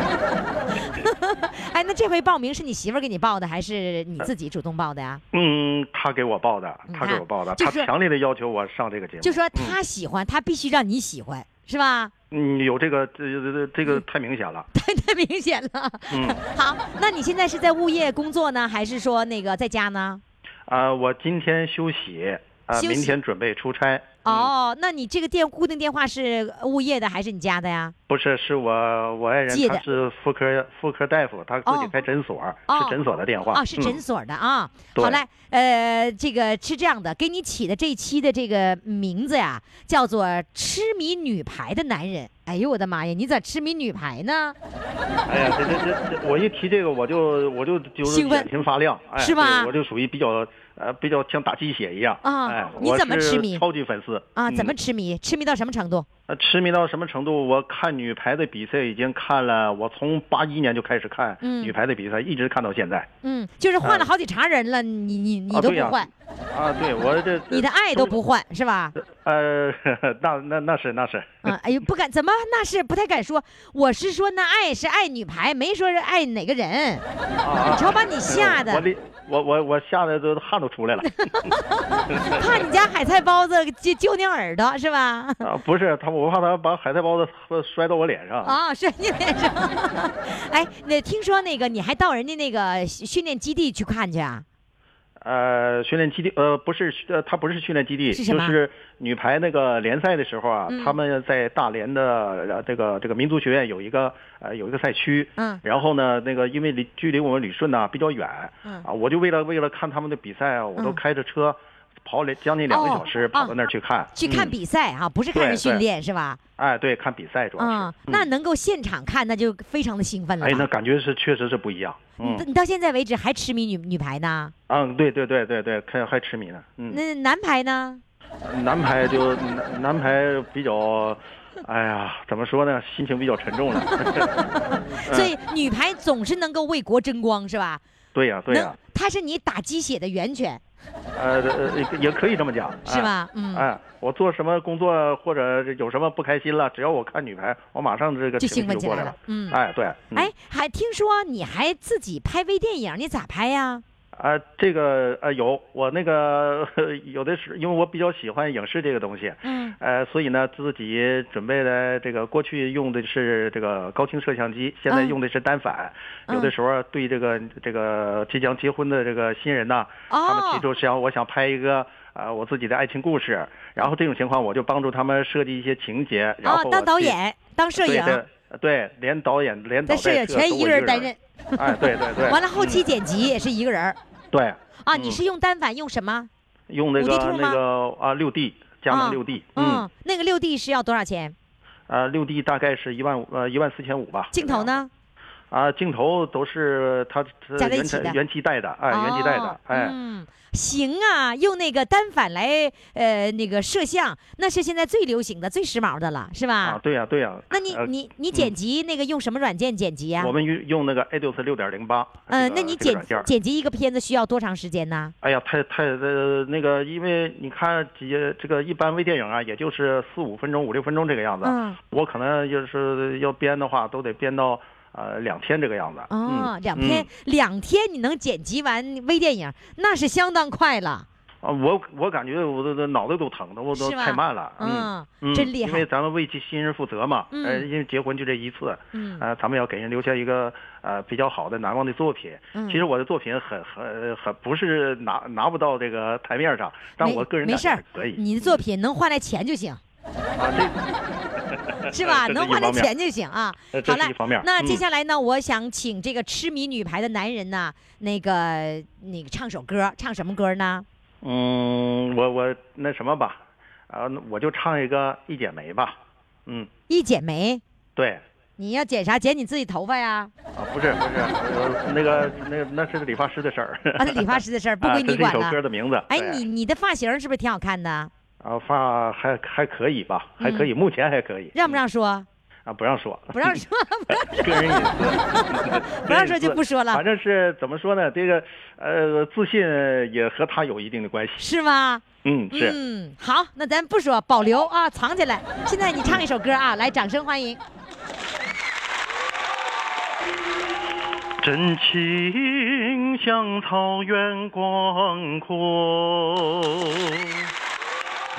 Speaker 3: 你这个 哎，那这回报名是你媳妇儿给你报的，还是你自己主动报的呀？
Speaker 8: 嗯，他给我报的，他给我报的，
Speaker 3: 你看嗯就是
Speaker 8: 他强烈的要求我上这个节目。
Speaker 3: 就说她喜欢，她必须让你喜欢，是吧？
Speaker 8: 嗯，有这个，这这这这个
Speaker 3: 嗯
Speaker 8: 太明显了。
Speaker 3: 太太明显了。
Speaker 8: 嗯
Speaker 3: 好，那你现在是在物业工作呢，还是说那个在家呢？
Speaker 8: 啊，我今天休息，啊，
Speaker 3: 休息
Speaker 8: 明天准备出差。
Speaker 3: 哦，那你这个电固定电话是物业的还是你家的呀？
Speaker 8: 不是，是我我爱人
Speaker 3: 借，的
Speaker 8: 他是妇科妇科大夫，他自己
Speaker 3: 哦
Speaker 8: 开诊所，
Speaker 3: 哦
Speaker 8: 是诊所的电话。
Speaker 3: 啊，是诊
Speaker 8: 嗯
Speaker 3: 所的啊。
Speaker 8: 对
Speaker 3: 好嘞，呃，这个是这样的，给你起的这一期的这个名字呀，叫做《痴迷女排的男人》。哎呦我的妈呀，你咋痴迷女排呢？
Speaker 8: 哎呀，这这这，这我一提这个，我就我就就是
Speaker 3: 兴奋
Speaker 8: 眼睛发亮，哎，
Speaker 3: 是吧
Speaker 8: 对我就属于比较呃比较像打鸡血一样
Speaker 3: 啊
Speaker 8: 哎，
Speaker 3: 你
Speaker 8: 我
Speaker 3: 怎么
Speaker 8: 是
Speaker 3: 痴迷
Speaker 8: 超级粉丝
Speaker 3: 啊，怎么
Speaker 8: 嗯
Speaker 3: 痴迷？痴迷到什么程度？
Speaker 8: 呃痴迷到什么程度？我看女排的比赛已经看了，我从八一年就开始看
Speaker 3: 嗯
Speaker 8: 女排的比赛，一直看到现在。
Speaker 3: 嗯，就是换了好几茬人了，你你你
Speaker 8: 啊
Speaker 3: 都
Speaker 8: 对
Speaker 3: 不
Speaker 8: 呀
Speaker 3: 换，
Speaker 8: 啊，对我这这
Speaker 3: 嗯 你的爱都不换是吧？
Speaker 8: 呃， 那那那是那是，
Speaker 3: 嗯，哎呦，不敢，怎么那是不太敢说。我是说，那爱是爱女排，没说是爱哪个人。你瞧把你吓
Speaker 8: 嗯
Speaker 3: 的，
Speaker 8: 我这我我我吓得都汗都出 来了
Speaker 3: 怕你家海菜包子揪揪你耳朵是吧？
Speaker 8: 啊！不是他，我怕他把海带包子摔到我脸上。
Speaker 3: 啊，是你脸上。 哎，那听说那个你还到人家那个训训练基地去看去啊？
Speaker 8: 呃，训练基地呃不是呃，它不是训练基地，
Speaker 3: 是什
Speaker 8: 就
Speaker 3: 么嗯
Speaker 8: 是女排那个联赛的时候啊，他们在大连的呃这个这个民族学院有一个呃有一个赛区，
Speaker 3: 嗯
Speaker 8: 然后呢那个因为离距离我们旅顺呢、比较远，
Speaker 3: 嗯
Speaker 8: 啊，我就为了为了看他们的比赛啊，我都
Speaker 3: 嗯
Speaker 8: 开着车跑了将近两个
Speaker 3: 哦
Speaker 8: 小时、跑到那儿去看，
Speaker 3: 去看
Speaker 8: 嗯
Speaker 3: 比赛哈、不是看
Speaker 8: 对
Speaker 3: 人训
Speaker 8: 对
Speaker 3: 练是吧？
Speaker 8: 哎对，看比赛主要是，嗯
Speaker 3: 啊、那能够现场看，那就非常的兴奋了
Speaker 8: 哎
Speaker 3: 吧。
Speaker 8: 那感觉是确实是不一样，嗯
Speaker 3: 嗯你你到现在为止还痴迷女女排呢？
Speaker 8: 嗯对对对对对，看还痴迷呢，嗯。
Speaker 3: 那男排呢？
Speaker 8: 男排就男男排比较，哎呀，怎么说呢？心情比较沉重了。 嗯
Speaker 3: 所以女排总是能够为国争光，是吧？
Speaker 8: 对呀、对呀、
Speaker 3: 能，它是你打鸡血的源泉，
Speaker 8: 呃呃，也可以这么讲，哎
Speaker 3: 是？吧？嗯，
Speaker 8: 哎，我做什么工作或者有什么不开心了，只要我看女排，我马上这个
Speaker 3: 就
Speaker 8: 情
Speaker 3: 兴
Speaker 8: 绪
Speaker 3: 奋
Speaker 8: 就
Speaker 3: 起
Speaker 8: 过
Speaker 3: 来
Speaker 8: 来
Speaker 3: 了
Speaker 8: 了。。
Speaker 3: 嗯，
Speaker 8: 哎，对，嗯
Speaker 3: 哎，还听说你还自己拍微电影，你咋拍呀？
Speaker 8: 啊、这个呃有我那个 有的是因为我比较喜欢影视这个东西，
Speaker 3: 嗯，
Speaker 8: 呃，所以呢自己准备了这个过去用的是这个高清摄像机，现在
Speaker 3: 嗯
Speaker 8: 用的是单反，
Speaker 3: 嗯
Speaker 8: 有的时候对这个这个即将结婚的这个新人呐、他们提
Speaker 3: 哦，
Speaker 8: 出想我想拍一个。呃，我自己的爱情故事，然后这种情况我就帮助他们设计一些情节，然
Speaker 3: 哦
Speaker 8: 后，我
Speaker 3: 当导
Speaker 8: 去
Speaker 3: 演，当摄
Speaker 8: 对
Speaker 3: 影，
Speaker 8: 对呃对，连导演连导
Speaker 3: 在摄
Speaker 8: 带
Speaker 3: 影
Speaker 8: 摄
Speaker 3: 全
Speaker 8: 都
Speaker 3: 一
Speaker 8: 我
Speaker 3: 个人担任，，
Speaker 8: 哎，对对 对，
Speaker 3: 完了后
Speaker 8: 嗯
Speaker 3: 期剪辑也是一个人儿
Speaker 8: 对，
Speaker 3: 啊。
Speaker 8: 嗯
Speaker 3: 你是用单反用什么？
Speaker 8: 用那
Speaker 3: 五 D
Speaker 8: 个
Speaker 3: 兔吗
Speaker 8: 那个啊六 D 佳
Speaker 3: 啊
Speaker 8: 能六 D，、
Speaker 3: 嗯，那个六 D 是要多少钱？
Speaker 8: 呃六 D 大概是一万五呃一万四千五吧。
Speaker 3: 镜头？呢？
Speaker 8: 啊，镜头都是它它
Speaker 3: 加在一
Speaker 8: 原
Speaker 3: 起的
Speaker 8: 产原机带的，哎，原机带的
Speaker 3: 哦，
Speaker 8: 哎，
Speaker 3: 嗯，行啊，用那个单反来呃那个摄像，那是现在最流行的、最时髦的了，是吧？
Speaker 8: 啊对呀对呀。
Speaker 3: 那你
Speaker 8: 呃
Speaker 3: 你你剪辑那个用什么软件剪辑呀、
Speaker 8: 我们用用那个 Ados 六点零八，
Speaker 3: 嗯、
Speaker 8: 这个
Speaker 3: 那你
Speaker 8: 这个
Speaker 3: 剪
Speaker 8: 软件儿
Speaker 3: 剪辑一个片子需要多长时间呢？
Speaker 8: 哎呀，太太呃那个，因为你看几这个一般微电影啊，也就是四五分钟、五六分钟这个样子。
Speaker 3: 嗯，
Speaker 8: 我可能就是要编的话，都得编到呃两天这个样子。
Speaker 3: 哦，
Speaker 8: 嗯、
Speaker 3: 两天、
Speaker 8: 嗯
Speaker 3: 两天你能剪辑完微电影，那是相当快了，
Speaker 8: 啊，我我感觉我的脑袋都疼的，我都
Speaker 3: 是吧
Speaker 8: 太慢了。嗯，嗯
Speaker 3: 真厉
Speaker 8: 因为
Speaker 3: 害。
Speaker 8: 咱们为其新人负责嘛，
Speaker 3: 嗯
Speaker 8: 呃，因为结婚就这一次，
Speaker 3: 嗯
Speaker 6: 음.
Speaker 8: 呃，咱们要给人留下一个呃比较好的难忘的作品。
Speaker 3: 嗯
Speaker 8: 其实我的作品很很很不是拿拿不到这个台面上，但
Speaker 3: 没
Speaker 8: 我个人
Speaker 3: 没
Speaker 8: 感
Speaker 3: 事
Speaker 8: 觉
Speaker 3: 儿
Speaker 8: 还可以。，
Speaker 3: 你的作品能换来钱就行，
Speaker 8: 啊，这
Speaker 3: 是吧？
Speaker 8: 呃这是
Speaker 3: 能
Speaker 8: 一
Speaker 3: 换来
Speaker 8: 方面
Speaker 3: 钱就行啊。
Speaker 8: 呃这
Speaker 3: 好
Speaker 8: 是
Speaker 3: 了
Speaker 8: 一方面，
Speaker 3: 那接
Speaker 8: 嗯
Speaker 3: 下来呢，我想请这个痴迷女排的男人呢，那个那个唱首歌，唱什么歌呢？
Speaker 8: 嗯，我我那什么呃吧，啊、那我就唱一个《一剪梅》吧。嗯，
Speaker 3: 一剪梅，
Speaker 8: 对，
Speaker 3: 你要剪啥？剪你自己头发呀？
Speaker 10: 啊，不是不是，呃那个那个那是理发师的事儿。
Speaker 3: 啊，那理发师的事 儿不
Speaker 10: 啊
Speaker 3: 归你
Speaker 10: 这是一
Speaker 3: 管
Speaker 10: 首歌
Speaker 3: 了。
Speaker 10: 的名
Speaker 8: 啊
Speaker 10: 字。
Speaker 3: 哎，
Speaker 10: 对
Speaker 3: 你你的发型是不是挺好看的？
Speaker 10: 啊，发还还可以吧，还可以，目前还可以。
Speaker 3: 嗯让不让说？
Speaker 10: 啊？不让说，
Speaker 3: 不让 说，
Speaker 10: 个人隐私，
Speaker 3: 不让说就不说了
Speaker 10: 反正是怎么说呢？这个呃，自信也和他有一定的关系。
Speaker 3: 是吗？
Speaker 10: 嗯，是。
Speaker 3: 嗯，好，那咱不说，保留啊，藏起来。现在你唱一首歌啊，来，掌声欢迎。
Speaker 10: 真情像草原广阔，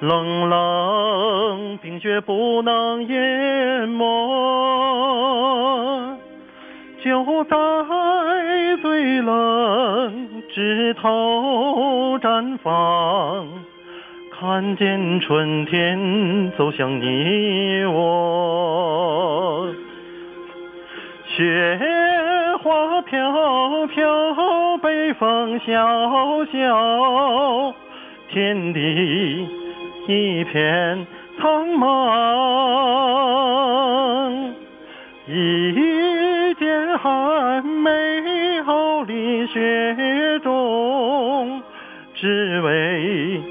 Speaker 10: 冷冷冰雪不能淹没。就在最冷枝头绽放，看见春天走向你我。雪花飘飘，北风萧萧，天地一片苍茫。一剪寒梅傲立雪中，只为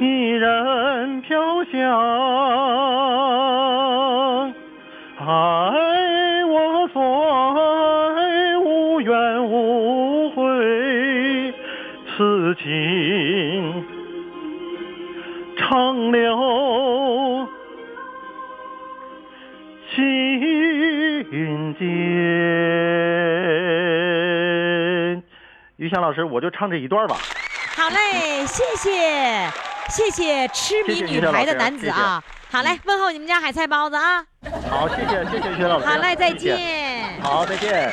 Speaker 10: 一人飘香。爱我所爱，无怨无悔，此情长留心间。于翔老师，我就唱这一段吧。
Speaker 3: 好嘞，谢谢，谢谢痴迷
Speaker 10: 谢谢
Speaker 3: 女
Speaker 10: 于谦
Speaker 3: 孩
Speaker 10: 老
Speaker 3: 的
Speaker 10: 师
Speaker 3: 男子啊。好嘞，问候你们家海菜包子啊。
Speaker 10: 好，谢谢，谢谢于翔老师。
Speaker 3: 好嘞，再
Speaker 10: 谢谢
Speaker 3: 见。
Speaker 10: 好，再见。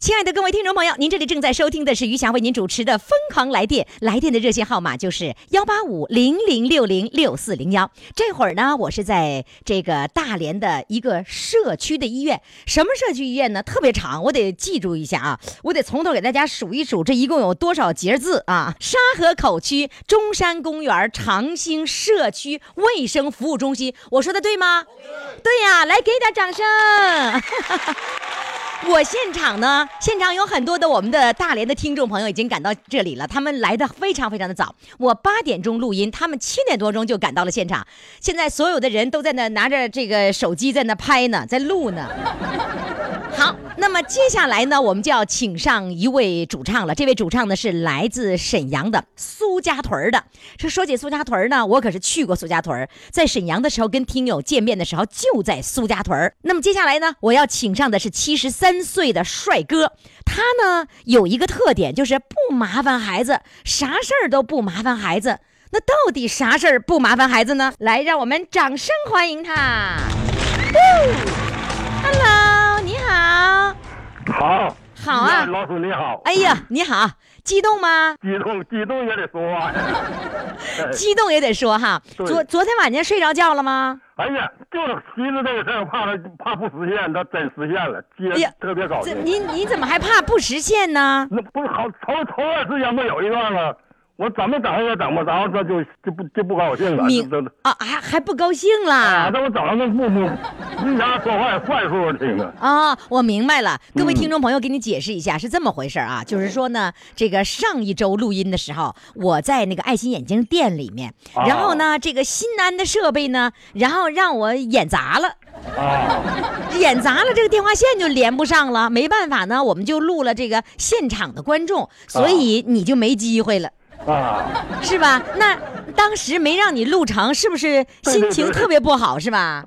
Speaker 3: 亲爱的各位听众朋友，您这里正在收听的是余霞为您主持的《疯狂来电》，来电的热线号码就是幺八五零零六零六四零幺。这会儿呢，我是在这个大连的一个社区的医院，什么社区医院呢？特别长，我得记住一下啊，我得从头给大家数一数，这一共有多少节字啊？沙河口区中山公园长兴社区卫生服务中心，我说的对吗？对呀、来给点掌声。我现场呢，现场有很多的我们的大连的听众朋友已经赶到这里了，他们来的非常非常的早。我八点钟录音，他们七点多钟就赶到了现场。现在所有的人都在那拿着这个手机在那拍呢，在录呢。好，那么接下来呢，我们就要请上一位主唱了。这位主唱呢是来自沈阳的苏家屯儿的。这说起苏家屯儿呢，我可是去过苏家屯儿，在沈阳的时候跟听友见面的时候就在苏家屯儿。那么接下来呢，我要请上的是七十三岁的帅哥，他呢有一个特点，就是不麻烦孩子，啥事儿都不麻烦孩子。那到底啥事儿不麻烦孩子呢？来，让我们掌声欢迎他。Hello，你好。
Speaker 9: 好，
Speaker 3: 好啊
Speaker 9: 那老鼠你好，
Speaker 3: 哎呀，你好，激动吗？
Speaker 9: 激动激动也得说话、 呃
Speaker 3: 激动也得说哈。
Speaker 9: 对
Speaker 3: 昨昨天晚上睡着觉了吗？
Speaker 9: 哎呀，就是提着这个事儿，怕他怕不实现，他真实现了，
Speaker 3: 哎呀
Speaker 9: 接特别高
Speaker 3: 这
Speaker 9: 兴。
Speaker 3: 你你怎么还怕不啊实现呢？
Speaker 9: 那不是好头头段时间不有一段吗？我怎么整也整不着，这就就不就不高兴了。
Speaker 3: 明
Speaker 9: 这这
Speaker 3: 啊，还还不高兴啦
Speaker 9: 啊，？这我整的那不不，你家说话也算数听着。
Speaker 3: 啊，我明白了，各位
Speaker 9: 嗯
Speaker 3: 听众朋友，给你解释一下是这么回事儿啊，就是说呢，这个上一周录音的时候，我在那个爱心眼镜店里面，然后呢，这个新安的设备呢，然后让我眼砸了，演砸了，这个电话线就连不上了，没办法呢，我们就录了这个现场的观众，所以你就没机会了，
Speaker 6: 아.
Speaker 9: 啊，
Speaker 3: 是吧？那当时没让你录成，是不是心情特别不好，是 吧？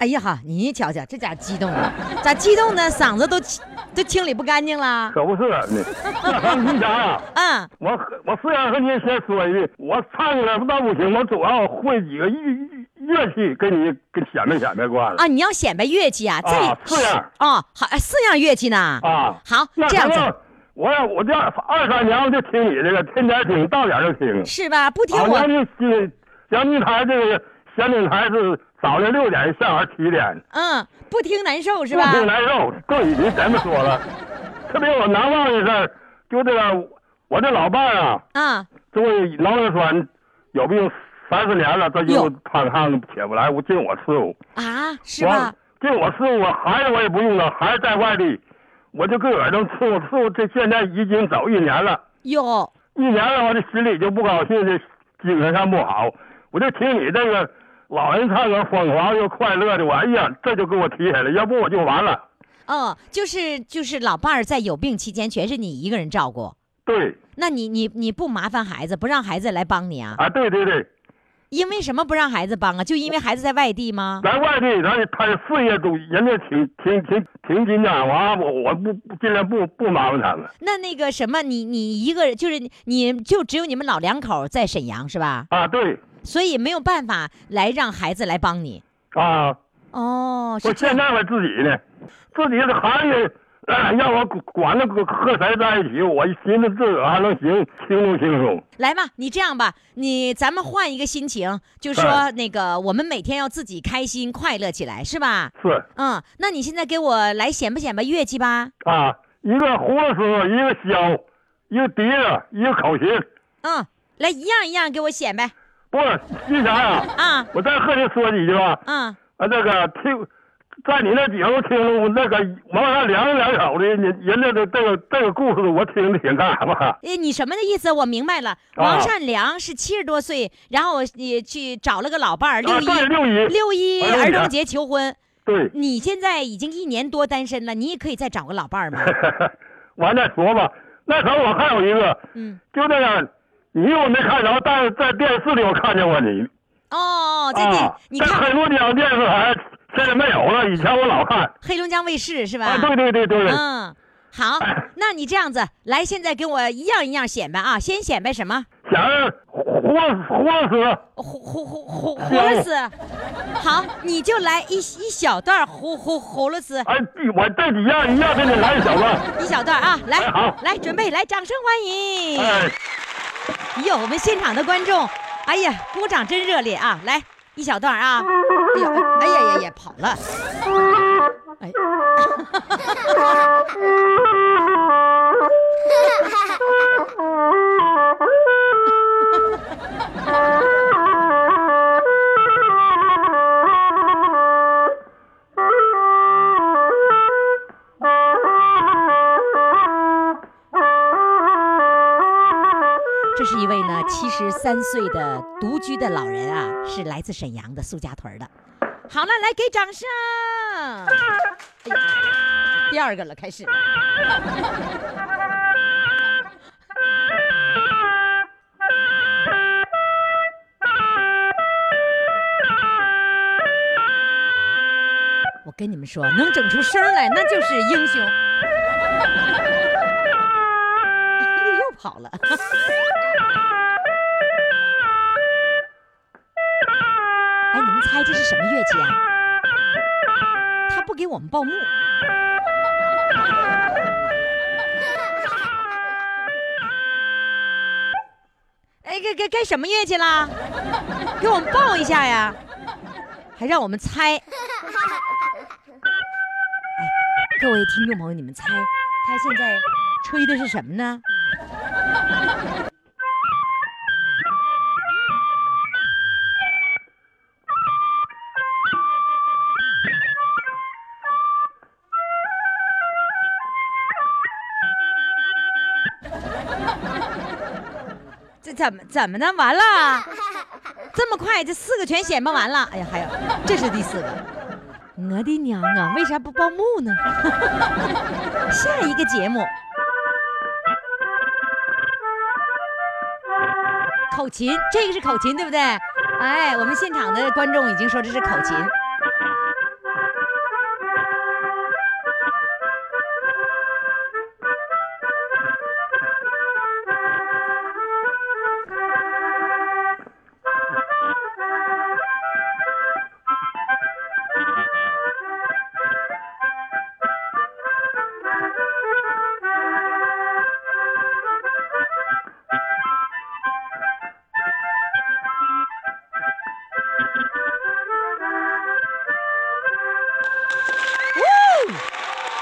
Speaker 3: 哎呀哈，你瞧瞧，这家激动的，咋激动的嗓子都清都清理不干净了？
Speaker 9: 可不是啊 你。那咱们家呀，
Speaker 3: 嗯，
Speaker 9: 我和我虽然和您先说一句，我唱歌那不行，我主要会几个乐乐器，给你给显摆显摆惯了
Speaker 3: 啊，你要显摆乐器啊，
Speaker 9: 啊
Speaker 3: 这
Speaker 9: 四样
Speaker 3: 哦，好，哎四样乐器呢？
Speaker 9: 啊。
Speaker 3: 好，
Speaker 9: 那
Speaker 3: 这样子
Speaker 9: 可不我要我这二三年我就听你这个，天天听，到点儿就听。
Speaker 3: 嗯是吧？不听
Speaker 9: 啊，
Speaker 3: 我
Speaker 9: 辽宁西辽宁台这个咸宁台是早上六点，下午七点，
Speaker 3: 嗯，不听难受是
Speaker 9: 不
Speaker 3: 吧？
Speaker 9: 听难受。这已经咱们说了，特别我难忘的事儿，就这个我这老伴儿啊，
Speaker 3: 啊，
Speaker 9: 这位脑血栓有病三四年了，这
Speaker 3: 哟
Speaker 9: 就瘫痪起不来，我尽我事务，
Speaker 3: 啊，是吧
Speaker 9: 我？尽我事务，孩子我也不用了，孩子在外地，我就自个儿能伺候伺候。这现在已经走一年了。
Speaker 3: 有
Speaker 9: 一年了，我这心里就不高兴，这精神上不好。我就听你这个老人唱歌疯狂又快乐的，我哎呀，这就给我提起来了，要不我就完了。
Speaker 3: 哦，就是就是老伴儿在有病期间全是你一个人照顾，
Speaker 9: 对，
Speaker 3: 那你你你不麻烦孩子，不让孩子来帮你啊？
Speaker 9: 啊，对对对，
Speaker 3: 因为什么不让孩子帮啊？就因为孩子在外地吗？
Speaker 9: 在外地，咱他事业中人家挺挺挺挺紧张，完我我不尽量不不麻烦他们
Speaker 3: 那那个什么，你你一个人就是你你就只有你们老两口在沈阳是吧？
Speaker 9: 啊，对
Speaker 3: 所以没有办法来让孩子来帮你。
Speaker 9: 啊，
Speaker 3: 哦，
Speaker 9: 我
Speaker 3: 是这
Speaker 9: 现
Speaker 3: 样
Speaker 9: 在我自己呢，自己的孩子。哎让我管着和谁在一起，我一寻思自个儿还能行，轻松轻松。
Speaker 3: 来吧，你这样吧，你咱们换一个心情，就说那个我们每天要自己开心快乐起来，是吧？
Speaker 9: 是，
Speaker 3: 嗯，那你现在给我来显摆显摆乐器吧。
Speaker 9: 啊，一个葫芦丝，一个箫，一个笛子，一个口琴。
Speaker 3: 嗯，来一样一样给我显摆
Speaker 9: 不是，金霞呀，
Speaker 3: 啊
Speaker 9: 我再和你说几句吧。
Speaker 3: 啊！
Speaker 9: 啊，那个听，在你那节目听我那个往上两两手的，人人家的这个这个故事，我听的挺干什么？
Speaker 3: 哎，你什么的意思？我明白
Speaker 9: 啊
Speaker 3: 了。王善良是七十多岁，然后你去找了个老伴儿，六一、
Speaker 9: 啊对，六一，
Speaker 3: 六一
Speaker 9: 哎
Speaker 3: 儿童节求婚。
Speaker 9: 对，
Speaker 3: 你现在已经一年多单身了，你也可以再找个老伴 儿嘛。
Speaker 9: 完再说吧。那时候我还有一个，
Speaker 3: 嗯，
Speaker 9: 就那个，你我没看着，但是在电视里我看见过你。
Speaker 3: 哦，在电、
Speaker 9: 啊，
Speaker 3: 你
Speaker 9: 在
Speaker 3: 看
Speaker 9: 黑龙江电视台现在没有了，以前我老看。
Speaker 3: 黑龙江卫视是吧？
Speaker 9: 啊，对对对对，
Speaker 3: 嗯， 好，那你这样子来，现在给我一样一样显摆啊！先显摆什么？
Speaker 9: 想让活活死，
Speaker 3: 胡胡胡胡胡芦丝，好，你就来一一小段儿胡胡胡芦丝，
Speaker 9: 哎，我这几样一样给你来一小段，
Speaker 3: 一小段儿啊！来
Speaker 9: 哎好，
Speaker 3: 来，准备，来，掌声欢迎！
Speaker 9: 哎，
Speaker 3: 哟，我们现场的观众，哎呀，鼓掌真热烈啊！来，一小段儿啊！哎呀，哎呀呀呀，跑了！哎，这是一位呢七十三岁的独居的老人啊，是来自沈阳的苏家屯儿的。好了，来给掌声。哎呀第二个了，开始。我跟你们说，能整出声儿来，那就是英雄。又跑了。哎，你们猜这是什么乐器啊？他不给我们报幕。哎，该该该什么乐器啦？给我们报一下呀，还让我们猜。哎，各位听众朋友，你们猜他现在吹的是什么呢？这怎么怎么的？完了，这么快，这四个全显摆完了。哎呀，还有，这是第四个，我的娘啊，为啥不报幕呢？ 下一个节目，口琴，这个是口琴，对不对？哎，我们现场的观众已经说这是口琴。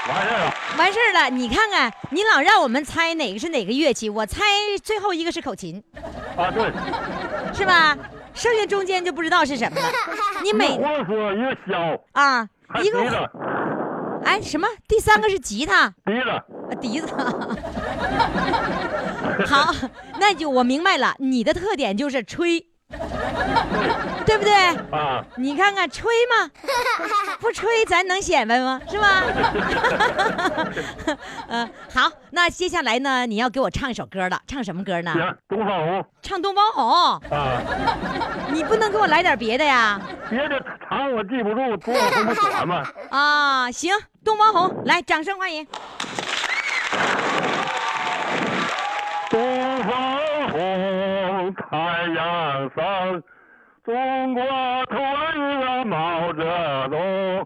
Speaker 9: 完事儿了。
Speaker 3: 完事儿了，你看看，你老让我们猜哪个是哪个乐器，我猜最后一个是口琴，
Speaker 9: 啊，对，
Speaker 3: 是吧？剩下中间就不知道是什么了。你
Speaker 9: 一
Speaker 3: 每
Speaker 9: 个黄说，一个箫，
Speaker 3: 啊
Speaker 9: 还
Speaker 3: 一
Speaker 9: 笛
Speaker 3: 个
Speaker 9: 子，
Speaker 3: 哎什么？第三个是吉他。
Speaker 9: 笛子，
Speaker 3: 啊，笛子。 好，那就我明白了，你的特点就是吹，对不对？
Speaker 6: 아.
Speaker 9: 啊，
Speaker 3: 你看看吹嘛，不吹咱能显摆吗？是吧？呃，好，那接下来呢，你要给我唱一首歌了，唱什么歌呢？
Speaker 9: 行，东方红
Speaker 3: 唱《东方红
Speaker 9: 啊，》，
Speaker 3: 你不能给我来点别的呀？
Speaker 9: 别的长我记不住，东方红不短吗？
Speaker 3: 啊，行，《东方红》，来，掌声欢迎。
Speaker 9: 东方红，太阳升，中国土壤毛泽东，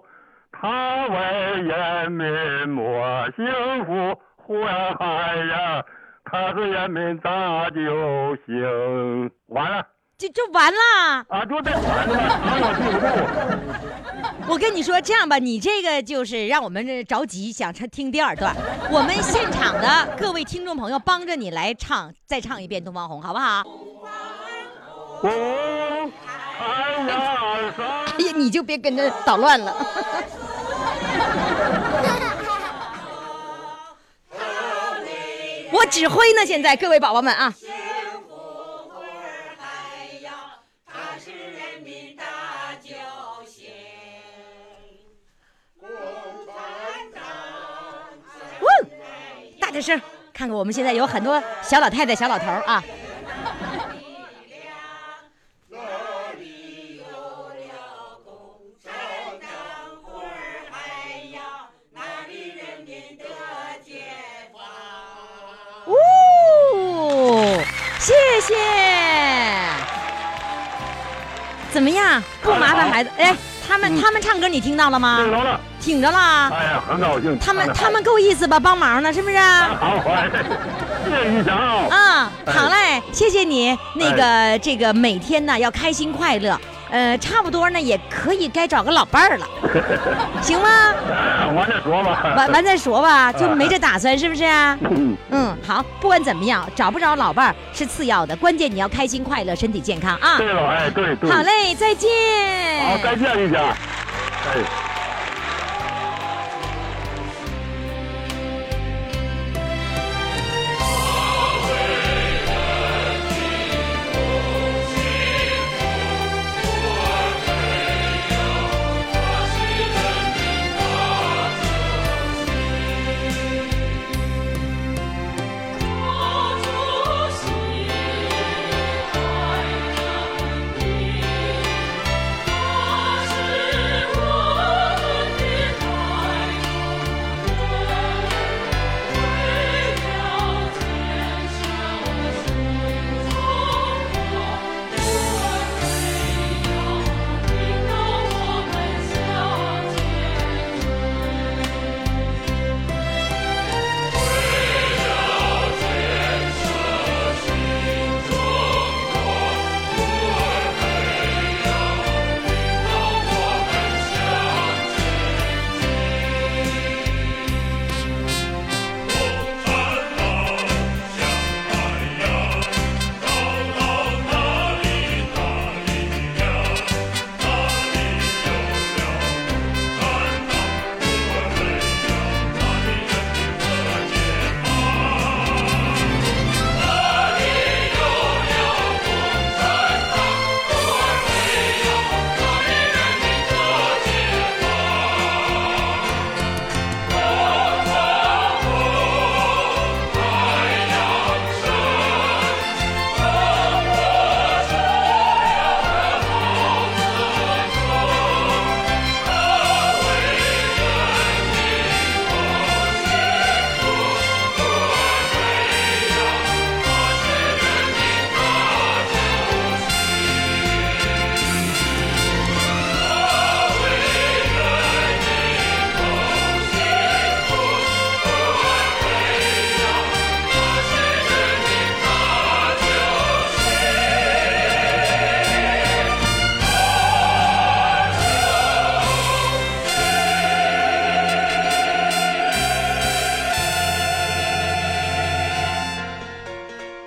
Speaker 9: 他为人民谋幸福，呼呀喊呀，他是人民大救星。完了
Speaker 3: 就就完啦！
Speaker 9: 啊，就这 完了吧，哪有记不住？
Speaker 3: 我跟你说，这样吧，你这个就是让我们这着急，想唱听第二段。我们现场的各位听众朋友帮着你来唱，再唱一遍《东方红》，好不好？
Speaker 9: 红，太阳升。
Speaker 3: 哎呀，你就别跟着捣乱了。 我指挥呢，现在各位宝宝们啊。呜大点声，看看我们现在有很多小老太太、小老头儿啊。哦，谢谢。怎么样？不麻烦孩子。哎，他们他们唱歌你听到了
Speaker 9: 嗯听
Speaker 3: 吗？
Speaker 9: 着了，
Speaker 3: 听着啦。
Speaker 9: 哎呀，很高兴。
Speaker 3: 他们他们够意思吧？帮忙呢，是不是？
Speaker 9: 好，哎谢谢于翔啊。
Speaker 3: 啊，好嘞，谢谢你。那
Speaker 9: 哎
Speaker 3: 个这个每天呢要开心快乐，呃，差不多呢也可以该找个老伴儿了，行 吗？
Speaker 9: 我再说吧。
Speaker 3: 完完再说吧，就没这打算，是不是啊？
Speaker 9: 嗯
Speaker 3: 嗯，好，不管怎么样，找不着老伴儿是次要的，关键你要开心快乐，身体健康啊！
Speaker 9: 对了，哎，对对。
Speaker 3: 好嘞，再见。
Speaker 9: 好，再见，于翔。哎。
Speaker 11: 是我。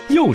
Speaker 1: 又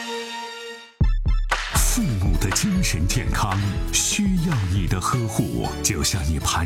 Speaker 11: 父母的精神健康需要你的呵护，就像你蹒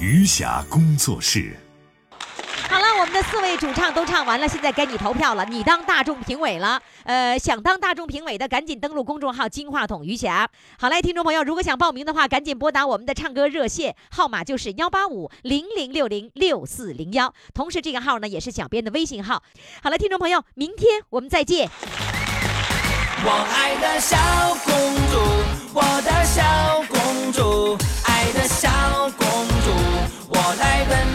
Speaker 11: 余霞工作室。
Speaker 3: 好了，我们的四位主唱都唱完了，现在该你投票了，你当大众评委了。呃，想当大众评委的，赶紧登录公众号“金话筒余霞”。好嘞，听众朋友，如果想报名的话，赶紧拨打我们的唱歌热线号码，就是幺八五零零六零六四零幺。同时，这个号呢也是小编的微信号。好了，听众朋友，明天我们再见。
Speaker 6: 我爱的小公主，我的小公主，爱的小公主，我来温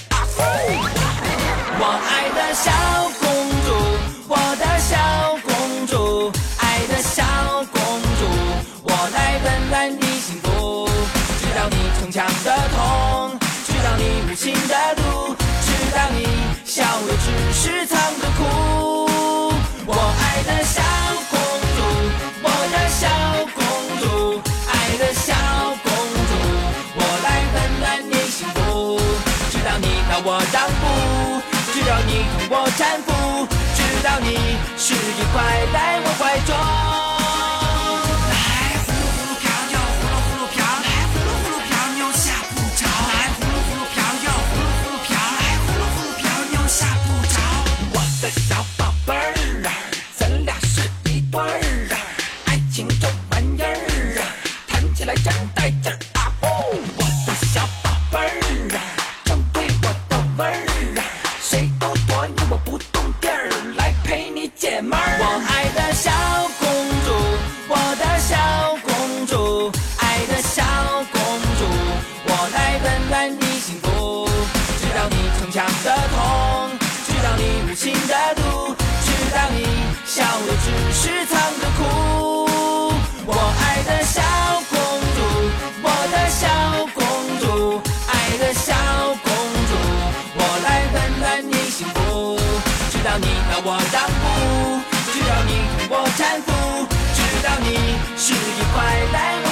Speaker 6: 啊！呼。我爱的小公主，我的小公主，爱的小公主，我来温暖你幸福。知道你逞强的痛，知道你无情的毒，知道你笑的只是藏着哭。我爱的小公主，我的小公主，爱的小公主，我来温暖你幸福。知道你让我让步，知道你同我搀扶，知道你是一块来我怀中。来呼噜呼噜瓢又呼噜呼噜瓢，来呼噜呼噜瓢又下不着，来呼噜呼噜瓢又呼噜呼噜瓢，来呼噜呼噜瓢又下不着。我的小宝贝儿啊，咱俩是一对儿啊，爱情这玩意儿啊，谈起来真带劲儿啊！呼我的小宝贝儿啊。正对我的味儿啊，谁都躲你我不动地儿，来陪你解闷儿。我爱的小公主，我的小公主，爱的小公主，我来温暖你幸福。知道你逞强的痛，知道你无情的毒，知道你笑的只是藏着哭。我爱的小公主，我的小公主，爱的小公主，我来温暖你幸福。知道你让我让步，知道你同我搀扶，知道你是一块来我